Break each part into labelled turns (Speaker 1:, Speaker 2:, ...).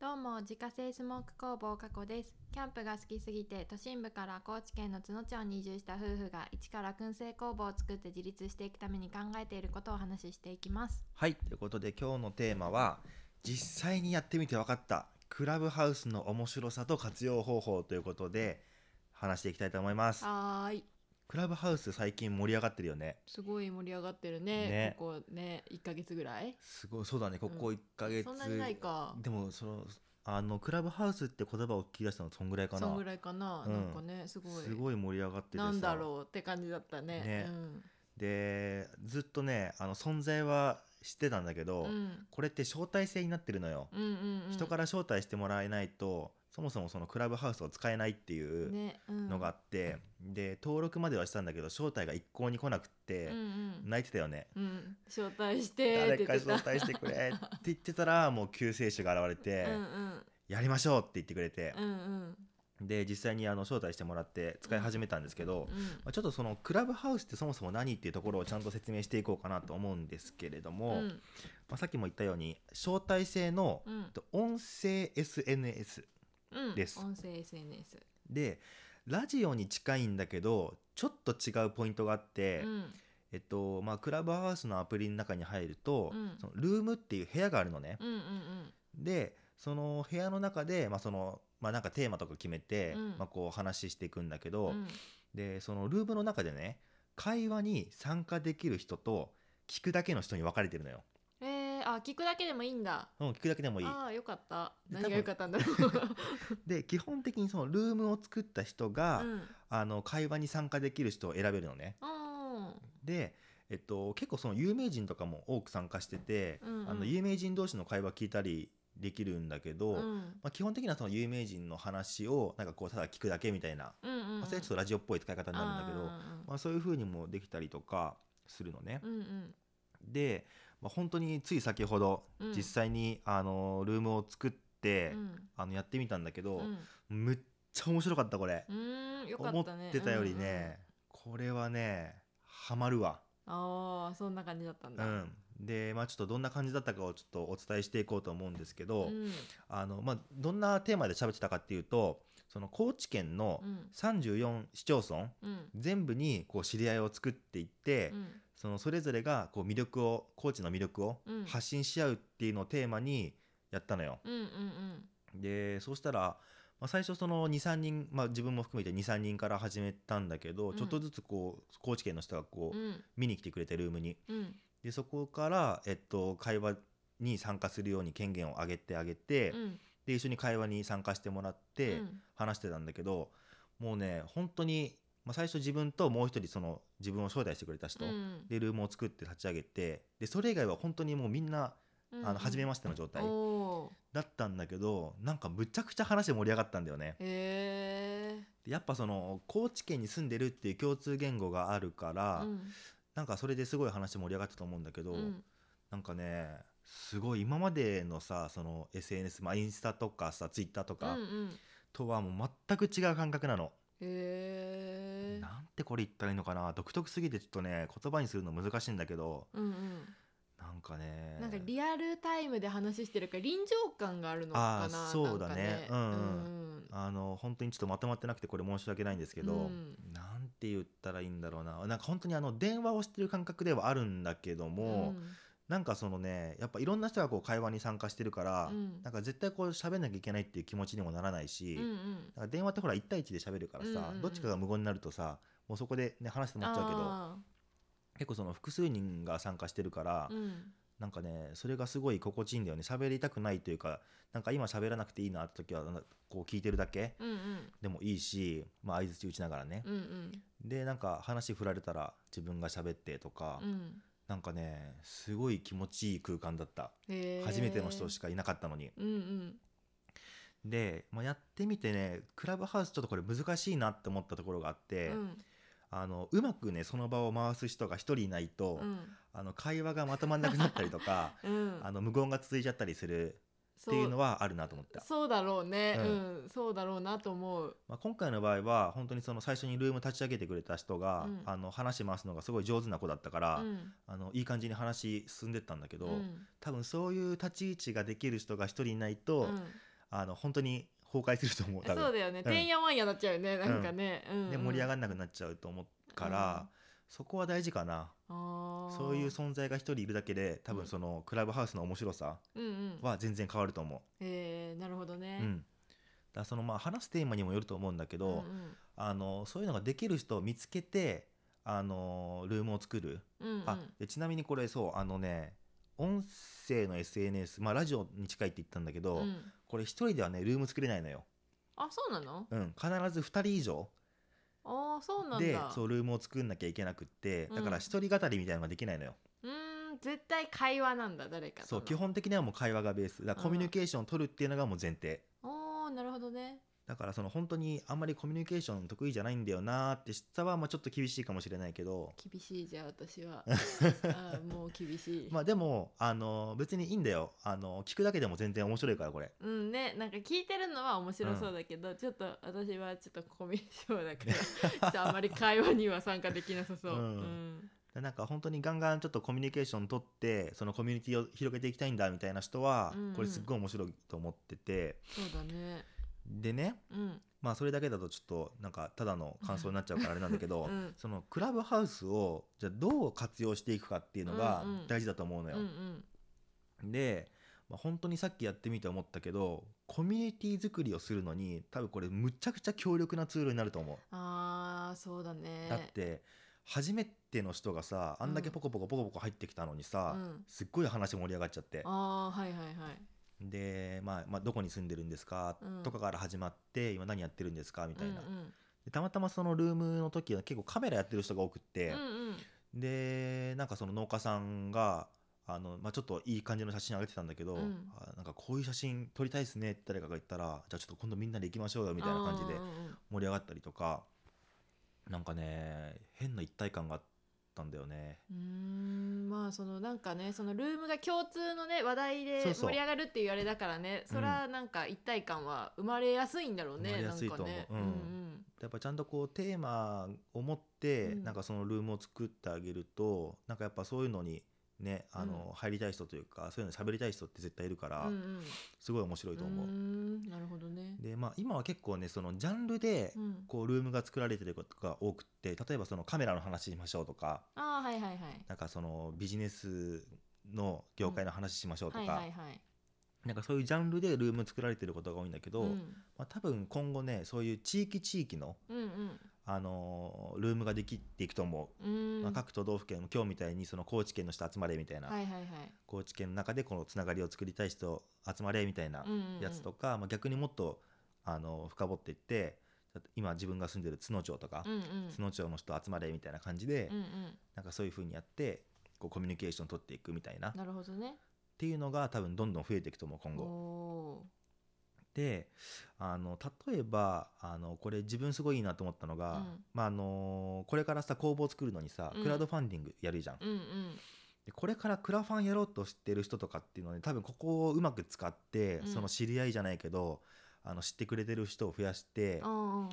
Speaker 1: どうも自家製スモーク工房加古ですキャンプが好きすぎて都心部から高知県の津野町に移住した夫婦が一から燻製工房を作って自立していくために考えていることをお話ししていきます
Speaker 2: はい、ということで今日のテーマは実際にやってみて分かったクラブハウスの面白さと活用方法ということで話していきたいと思います。
Speaker 1: はーい
Speaker 2: クラブハウス最近盛り上がってるよね。
Speaker 1: すごい盛り上がってる
Speaker 2: ねね
Speaker 1: ここね1ヶ月ぐらい
Speaker 2: すごいそうだね。ここ1ヶ月、
Speaker 1: か
Speaker 2: でもそのあのクラブハウスって言葉を聞き出したのそんぐらいかな。
Speaker 1: らいかな
Speaker 2: うんなんか
Speaker 1: ねす
Speaker 2: すごい盛り上がっててさ
Speaker 1: うって感じだったね
Speaker 2: ねでずっとねあの存在は知ってたんだけど、これって招待制になってるのよ。
Speaker 1: うんうんう
Speaker 2: 人から招待してもらえないとそもそもそのクラブハウスを使えないっていう。
Speaker 1: ねうん
Speaker 2: のがあって、で登録まではしたんだけど招待が一向に来なくって
Speaker 1: うん、うん
Speaker 2: 泣いてたよね、
Speaker 1: うん、招待してっ
Speaker 2: 誰
Speaker 1: て
Speaker 2: か
Speaker 1: 言って
Speaker 2: 招
Speaker 1: た
Speaker 2: 待してくれって言ってたらもう救世主が現れて、
Speaker 1: うんうん
Speaker 2: やりましょうって言ってくれて
Speaker 1: う、んうん
Speaker 2: で実際にあの招待してもらって使い始めたんですけど、
Speaker 1: うん
Speaker 2: まあちょっとそのクラブハウスってそもそも何っていうところをちゃんと説明していこうかなと思うんですけれども、
Speaker 1: うん
Speaker 2: まあさっきも言ったように招待制の
Speaker 1: うん
Speaker 2: と音声 SNS
Speaker 1: うん
Speaker 2: です
Speaker 1: 音声 SNS
Speaker 2: でラジオに近いんだけどちょっと違うポイントがあって、
Speaker 1: うん
Speaker 2: えっとまあ、クラブハウスのアプリの中に入ると、
Speaker 1: うん
Speaker 2: そのルームっていう部屋があるのね、
Speaker 1: うんうん
Speaker 2: でその部屋の中で、まあそのまあ、なんかテーマとか決めて、
Speaker 1: うん
Speaker 2: まあ、こう話していくんだけ
Speaker 1: う
Speaker 2: ど、
Speaker 1: んうん
Speaker 2: でそのルームの中でね会話に参加できる人と聞くだけの人に分かれてるのよ。
Speaker 1: えー、あ聞くだけでもいいんだ
Speaker 2: うん、聞くだけでもいい
Speaker 1: ああよかった
Speaker 2: で
Speaker 1: 何が
Speaker 2: 多分
Speaker 1: よかったんだろう
Speaker 2: で基本的にそのルームを作った人
Speaker 1: う
Speaker 2: が、
Speaker 1: ん
Speaker 2: あの会話に参加できる人を選べるのね。
Speaker 1: あ
Speaker 2: で、えっと、結構その有名人とかも多く参加してて、
Speaker 1: うんうん
Speaker 2: あの有名人同士の会話聞いたりできるんだけど、
Speaker 1: ーう
Speaker 2: ま
Speaker 1: ん
Speaker 2: あ、基本的にはその有名人の話をなんかこうただ聞くだけみたいな、
Speaker 1: うんうんうん
Speaker 2: まあ、それはちょっとラジオっぽい使い方になるんだけどまあ、そういう風にもできたりとかするのね。
Speaker 1: うんうん
Speaker 2: で、まあ、本当につい先ほど
Speaker 1: うん
Speaker 2: 実際に、あのルームを作って、
Speaker 1: うん
Speaker 2: あのやってみたんだけど、
Speaker 1: うん
Speaker 2: むっちゃ面白かったこれ。
Speaker 1: うんうんよか
Speaker 2: 思
Speaker 1: ったね
Speaker 2: ってたより
Speaker 1: うんうん
Speaker 2: ね、これはねハマるわ。
Speaker 1: ああそんな感じだったん
Speaker 2: う
Speaker 1: だ
Speaker 2: ん、でまあちょっとどんな感じだったかをちょっとお伝えしていこうと思うんですけど、
Speaker 1: うん
Speaker 2: あのまあ、どんなテーマで喋ってたかっていうとその高知県の
Speaker 1: うん
Speaker 2: 34市町村
Speaker 1: うん
Speaker 2: 全部にこう知り合いを作っていって、
Speaker 1: うん
Speaker 2: そのそれぞれがこう魅力を高知の魅力を
Speaker 1: うん
Speaker 2: 発信し合うっていうのをテーマにやったのよ。
Speaker 1: うんうん
Speaker 2: でそうしたら、まあ、最初その23人、まあ、自分も含めて23人から始めたんだけど、
Speaker 1: うん
Speaker 2: ちょっとずつこう高知県の人がこ
Speaker 1: う
Speaker 2: う、
Speaker 1: んうん
Speaker 2: 見に来てくれてルームに。
Speaker 1: うん
Speaker 2: でそこから、えっと、会話に参加するように権限を上げてあげて、
Speaker 1: うん
Speaker 2: で一緒に会話に参加してもらって
Speaker 1: うん
Speaker 2: 話してたんだけど、もうね本当に、まあ、最初自分ともう一人その自分を招待してくれた人、
Speaker 1: うん
Speaker 2: でルームを作って立ち上げてでそれ以外は本当にもうみんな、あの初め
Speaker 1: ま
Speaker 2: ましての状態
Speaker 1: おー
Speaker 2: だったんだけどなんかむちゃくちゃ話盛り上がったんだよね。
Speaker 1: へえ
Speaker 2: でやっぱその高知県に住んでるっていう共通言語があるから、
Speaker 1: うん
Speaker 2: なんかそれですごい話盛り上がったと思うんだけど。
Speaker 1: うん
Speaker 2: なんかねすごい今までのさその SNS、まあ、インスタとかさツイッターと
Speaker 1: うん
Speaker 2: か
Speaker 1: うん
Speaker 2: とはもう全く違う感覚なの。
Speaker 1: へえ
Speaker 2: なんてこれ言ったらいいのかな独特すぎてちょっとね言葉にするの難しいんだけど
Speaker 1: うんうん
Speaker 2: なんかね
Speaker 1: なんかリアルタイムで話してるから臨場感があるのか
Speaker 2: あ
Speaker 1: な
Speaker 2: ーそうだね
Speaker 1: なんかね
Speaker 2: うんあの本当にちょっとまとまってなくてこれ申し訳ないんですけど、
Speaker 1: うん
Speaker 2: なんて言ったらいいんだろうななんか本当にあの電話をしてる感覚ではあるんだけど
Speaker 1: うん
Speaker 2: も、なんかそのねやっぱいろんな人がこう会話に参加してるから、
Speaker 1: うん
Speaker 2: なんか絶対こう喋んなきゃいけないっていう気持ちにもならないし、
Speaker 1: うんうん
Speaker 2: なんか電話ってほら1対1で喋るからさ、
Speaker 1: うんうんうん
Speaker 2: どっちかが無言になるとさもうそこで、ね、話してもらっちゃうけど
Speaker 1: あ
Speaker 2: 結構その複数人が参加してるから、
Speaker 1: ーうん
Speaker 2: なんかねそれがすごい心地いいんだよね喋りたくないというかなんか今喋らなくていいなって時はなんかこう聞いてるだけ
Speaker 1: うんうん
Speaker 2: でもいいし、まあ、相づち打ちながらね、
Speaker 1: うんうん
Speaker 2: でなんか話振られたら自分が喋ってとか、
Speaker 1: うん
Speaker 2: なんかねすごい気持ちいい空間だった、
Speaker 1: へー
Speaker 2: 初めての人しかいなかったのに。
Speaker 1: うんうん
Speaker 2: で、まあ、やってみてねクラブハウスちょっとこれ難しいなって思ったところがあって。
Speaker 1: うん
Speaker 2: あのうまくねその場を回す人が一人いないと、
Speaker 1: うん
Speaker 2: あの会話がまとまんなくなったり とか
Speaker 1: うん
Speaker 2: あの無言が続いちゃったりするっ
Speaker 1: そ
Speaker 2: ていうのはあるなと思った、
Speaker 1: そうだろうね
Speaker 2: う
Speaker 1: うんそうだろうなと思う
Speaker 2: まあ、今回の場合は本当にその最初にルーム立ち上げてくれた人が、
Speaker 1: うん
Speaker 2: あの話し回すのがすごい上手な子だったから、
Speaker 1: うん
Speaker 2: あのいい感じに話進んでったんだけど、
Speaker 1: うん
Speaker 2: 多分そういう立ち位置ができる人が一人いないと、
Speaker 1: うん
Speaker 2: あの本当に崩壊すると思う多
Speaker 1: そう
Speaker 2: 分
Speaker 1: だよね、
Speaker 2: うん
Speaker 1: てんやわんやなっちゃうよねなんかね、うん
Speaker 2: で盛り上
Speaker 1: が
Speaker 2: がんなくなっちゃうと思うから、
Speaker 1: うん
Speaker 2: そこは大事かなそういう存在が一人いるだけで多
Speaker 1: うん
Speaker 2: 分そのクラブハウスの面白さ
Speaker 1: うんうん
Speaker 2: は全然変わると思
Speaker 1: えー、なるほど
Speaker 2: う、
Speaker 1: ね、
Speaker 2: うん、だからそのまあ話すテーマにもよると思うんだけど、
Speaker 1: うん
Speaker 2: あのそういうのができる人を見つけてあのルームを作る、
Speaker 1: うんうんうん
Speaker 2: あでちなみにこれそうあのね音声の SNS まあラジオに近いって言ったんだけど、
Speaker 1: うん
Speaker 2: これ一人ではねルーム作れないのよ、
Speaker 1: あそうなの
Speaker 2: うん、必ず2人以上
Speaker 1: ああそうなん
Speaker 2: で
Speaker 1: だ
Speaker 2: そううルームを作んなきゃいけなくってだか
Speaker 1: う
Speaker 2: ら
Speaker 1: ん
Speaker 2: 一人語りみたいなのができないのよ、
Speaker 1: ーん絶対会話なんだ誰かと
Speaker 2: そう
Speaker 1: の
Speaker 2: 基本的にはもう会話がベースだからコミュニケーションを取るっていうのがもう前提、
Speaker 1: おーなるほどね
Speaker 2: だからその本当にあんまりコミュニケーション得意じゃないんだよなーって人はまあちょっと厳しいかもしれないけど
Speaker 1: 厳しいじゃあ私 はあーもう厳しい、
Speaker 2: まあでもあの別にいいんだよあの聞くだけでも全然面白いからこれ
Speaker 1: うんねなんか聞いてるのは面白そうだけど、ちょっと私はちょっとコミュ障だから ちょっとあんまり会話には参加できなさそう、う
Speaker 2: うん
Speaker 1: ん
Speaker 2: でなんか本当にガンガンちょっとコミュニケーション取ってそのコミュニティを広げていきたいんだみたいな人は
Speaker 1: うんうん
Speaker 2: これすっごい面白いと思ってて、
Speaker 1: そうだね
Speaker 2: でね
Speaker 1: うん
Speaker 2: まあそれだけだとちょっとなんかただの感想になっちゃうからあれなんだけど、
Speaker 1: うん
Speaker 2: そのクラブハウスをじゃあどう活用していくかっていうのが
Speaker 1: うんうん
Speaker 2: 大事だと思うの
Speaker 1: う
Speaker 2: よ。
Speaker 1: んうん
Speaker 2: で、まあ、本当にさっきやってみて思ったけどコミュニティ作りをするのに多分これむちゃくちゃ強力なツールになると思う。
Speaker 1: あーそうだね
Speaker 2: だって初めての人がさあんだけポコポコポコポコ入ってきたのに
Speaker 1: う
Speaker 2: さ、
Speaker 1: ん、
Speaker 2: すっごい話盛り上がっちゃって
Speaker 1: あーはいはいはい
Speaker 2: で、まあ、まあどこに住んでるんですか
Speaker 1: うん
Speaker 2: とかから始まって今何やってるんですかみたいな、
Speaker 1: うん
Speaker 2: でたまたまそのルームの時は結構カメラやってる人が多くっ
Speaker 1: う
Speaker 2: て
Speaker 1: ん、うんうん
Speaker 2: でなんかその農家さんがあの、まあ、ちょっといい感じの写真上げてたんだけど、
Speaker 1: うん
Speaker 2: あなんかこういう写真撮りたいですねって誰かが言ったらじゃあちょっと今度みんなで行きましょうよみたいな感じで
Speaker 1: あーうんうん
Speaker 2: 盛り上がったりとかなんかね変な一体感があったんだよね
Speaker 1: うーんまあそのなんかねそのルームが共通のね話題で
Speaker 2: そうそう
Speaker 1: 盛り上がるっていうあれだからねそりゃなんか一体感は生まれやすいんだろうね
Speaker 2: 生まれやすい
Speaker 1: なん
Speaker 2: と
Speaker 1: か
Speaker 2: 思う
Speaker 1: ね
Speaker 2: うんやっぱちゃんとこうテーマを持って、
Speaker 1: うん
Speaker 2: なんかそのルームを作ってあげるとなんかやっぱそういうのにねあの、入りたい人というかそういうのに喋りたい人って絶対いるから、
Speaker 1: うんうん
Speaker 2: すごい面白いと思う。
Speaker 1: うーんなるほどね
Speaker 2: でまあ今は結構ねそのジャンルで
Speaker 1: うん
Speaker 2: こうルームが作られてることが多くって例えばそのカメラの話しましょうとか
Speaker 1: ああはいはいはい
Speaker 2: なんかそのビジネスの業界の話しましょうと
Speaker 1: は
Speaker 2: か、
Speaker 1: いはいはい
Speaker 2: なんかそういうジャンルでルーム作られてることが多いんだけど、
Speaker 1: うん
Speaker 2: まあ、多分今後ねそういう地域地域の、
Speaker 1: うんうん
Speaker 2: あのールームができていくと思
Speaker 1: うー
Speaker 2: う、
Speaker 1: ん
Speaker 2: まあ、各都道府県も今日みたいにその高知県の人集まれみたいな、
Speaker 1: はいはいはい
Speaker 2: 高知県の中でこのつながりを作りたい人集まれみたいな
Speaker 1: うんうんうん
Speaker 2: やつとか、まあ、逆にもっと、あのー深掘っていって今自分が住んでる津野町とか
Speaker 1: う、んうん
Speaker 2: 津野町の人集まれみたいな感じで、
Speaker 1: うんうん
Speaker 2: なんかそういう風にやってこうコミュニケーション取っていくみたいなっ
Speaker 1: なるほどね
Speaker 2: ていうのが多分どんどん増えていくと思う今
Speaker 1: お
Speaker 2: 後。
Speaker 1: お
Speaker 2: であの例えばあのこれ自分すごいいいなと思ったのが、
Speaker 1: うん
Speaker 2: まああのこれからさ工房作るのにさ
Speaker 1: うん
Speaker 2: クラウドファンディングやるじゃん。
Speaker 1: ーうんうん
Speaker 2: でこれからクラファンやろうとしてる人とかっていうのはね多分ここをうまく使って、
Speaker 1: うん
Speaker 2: その知り合いじゃないけどあの知ってくれてる人を増やして。
Speaker 1: あ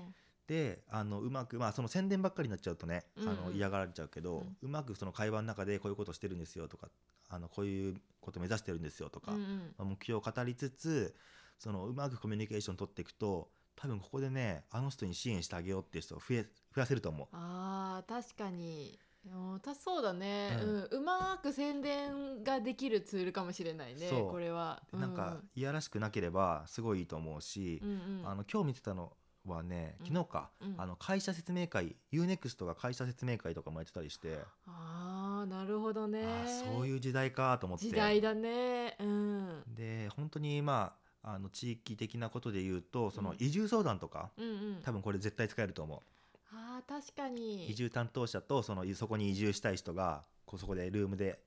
Speaker 2: であのうまく、まあ、その宣伝ばっかりになっちゃうとね、
Speaker 1: うんうん
Speaker 2: あの嫌がられちゃうけど、
Speaker 1: うん
Speaker 2: うまくその会話の中でこういうことしてるんですよとかあのこういうこと目指してるんですよと
Speaker 1: あ
Speaker 2: か、
Speaker 1: うんう
Speaker 2: ま
Speaker 1: ん
Speaker 2: あ目標を語りつつそのうまくコミュニケーション取っていくと多分ここでねあの人に支援してあげようっていう人を増え増やせると思う。
Speaker 1: あー確かにうんたそうだね、う
Speaker 2: うん
Speaker 1: んうまく宣伝ができるツールかもしれないね
Speaker 2: そう
Speaker 1: これは。
Speaker 2: でなんかいやらしくなければすごいいいと思うし
Speaker 1: う、んうん、
Speaker 2: あの今日見てたのはね
Speaker 1: うん
Speaker 2: 昨日か、
Speaker 1: うん
Speaker 2: あの会社説明会 UNEXT が会社説明会とかもやってたりして、
Speaker 1: あーなるほどね
Speaker 2: ああそういう時代かと思って。
Speaker 1: 時代だね。うん、
Speaker 2: で本当にまああの地域的なことで言うとそ
Speaker 1: うん
Speaker 2: の移住相談とか、
Speaker 1: うんうん、
Speaker 2: 多分これ絶対使えると思
Speaker 1: あー確か
Speaker 2: う
Speaker 1: に
Speaker 2: 移住担当者とそのそこに移住したい人がこうそこでルームで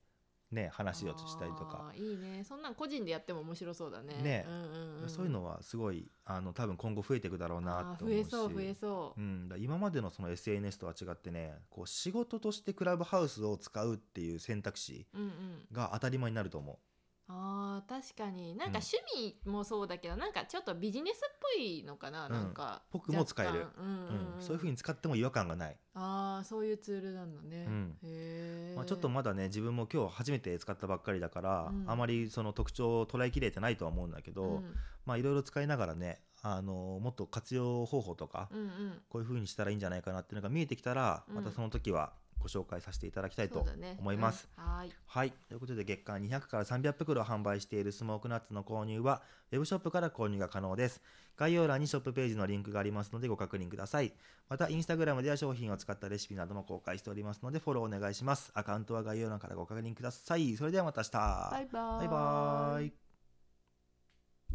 Speaker 2: ね話をしたりとか、
Speaker 1: あーいいねそんなん個人でやっても面白そうだね。
Speaker 2: ね
Speaker 1: うんうんうん、
Speaker 2: そういうのはすごいあの多分今後増えていくだろうな
Speaker 1: あ
Speaker 2: と
Speaker 1: ー
Speaker 2: 思
Speaker 1: 増え
Speaker 2: うし
Speaker 1: そう増えそうう。
Speaker 2: ん、だから今までのその SNS とは違ってねこう仕事としてクラブハウスを使うっていう選択肢
Speaker 1: うんうん
Speaker 2: が当たり前になると思
Speaker 1: あー確かになんか
Speaker 2: うん
Speaker 1: 趣味もそうだけど、なんかちょっとビジネスっぽいのかな、
Speaker 2: うん
Speaker 1: なんか
Speaker 2: 僕も使える
Speaker 1: 若干うん
Speaker 2: うんそういうふう
Speaker 1: に
Speaker 2: に使っても違和感がない、
Speaker 1: ああそういうツールなんだね、
Speaker 2: うん
Speaker 1: へえ、
Speaker 2: まあ、ちょっとまだね自分も今日初めて使ったばっかりだから、
Speaker 1: うん
Speaker 2: あまりその特徴を捉えきれてないとは思うんだけど、
Speaker 1: うん
Speaker 2: まあいろいろ使いながらねあのもっと活用方法とか、
Speaker 1: うんうん
Speaker 2: こういうふうにしたらいいんじゃないかなっていうのが見えてきたら、
Speaker 1: うん
Speaker 2: またその時はご紹介させていただきたい
Speaker 1: そ
Speaker 2: と
Speaker 1: うだね
Speaker 2: 思います。、
Speaker 1: うんはーい
Speaker 2: はい。ということで、月間200から300袋販売しているスモークナッツの購入は、ウェブショップから購入が可能です。概要欄にショップページのリンクがありますのでご確認ください。また、インスタグラムでは商品を使ったレシピなども公開しておりますので、フォローお願いします。アカウントは概要欄からご確認ください。それではまた明日。
Speaker 1: バイバー
Speaker 2: バイバーイ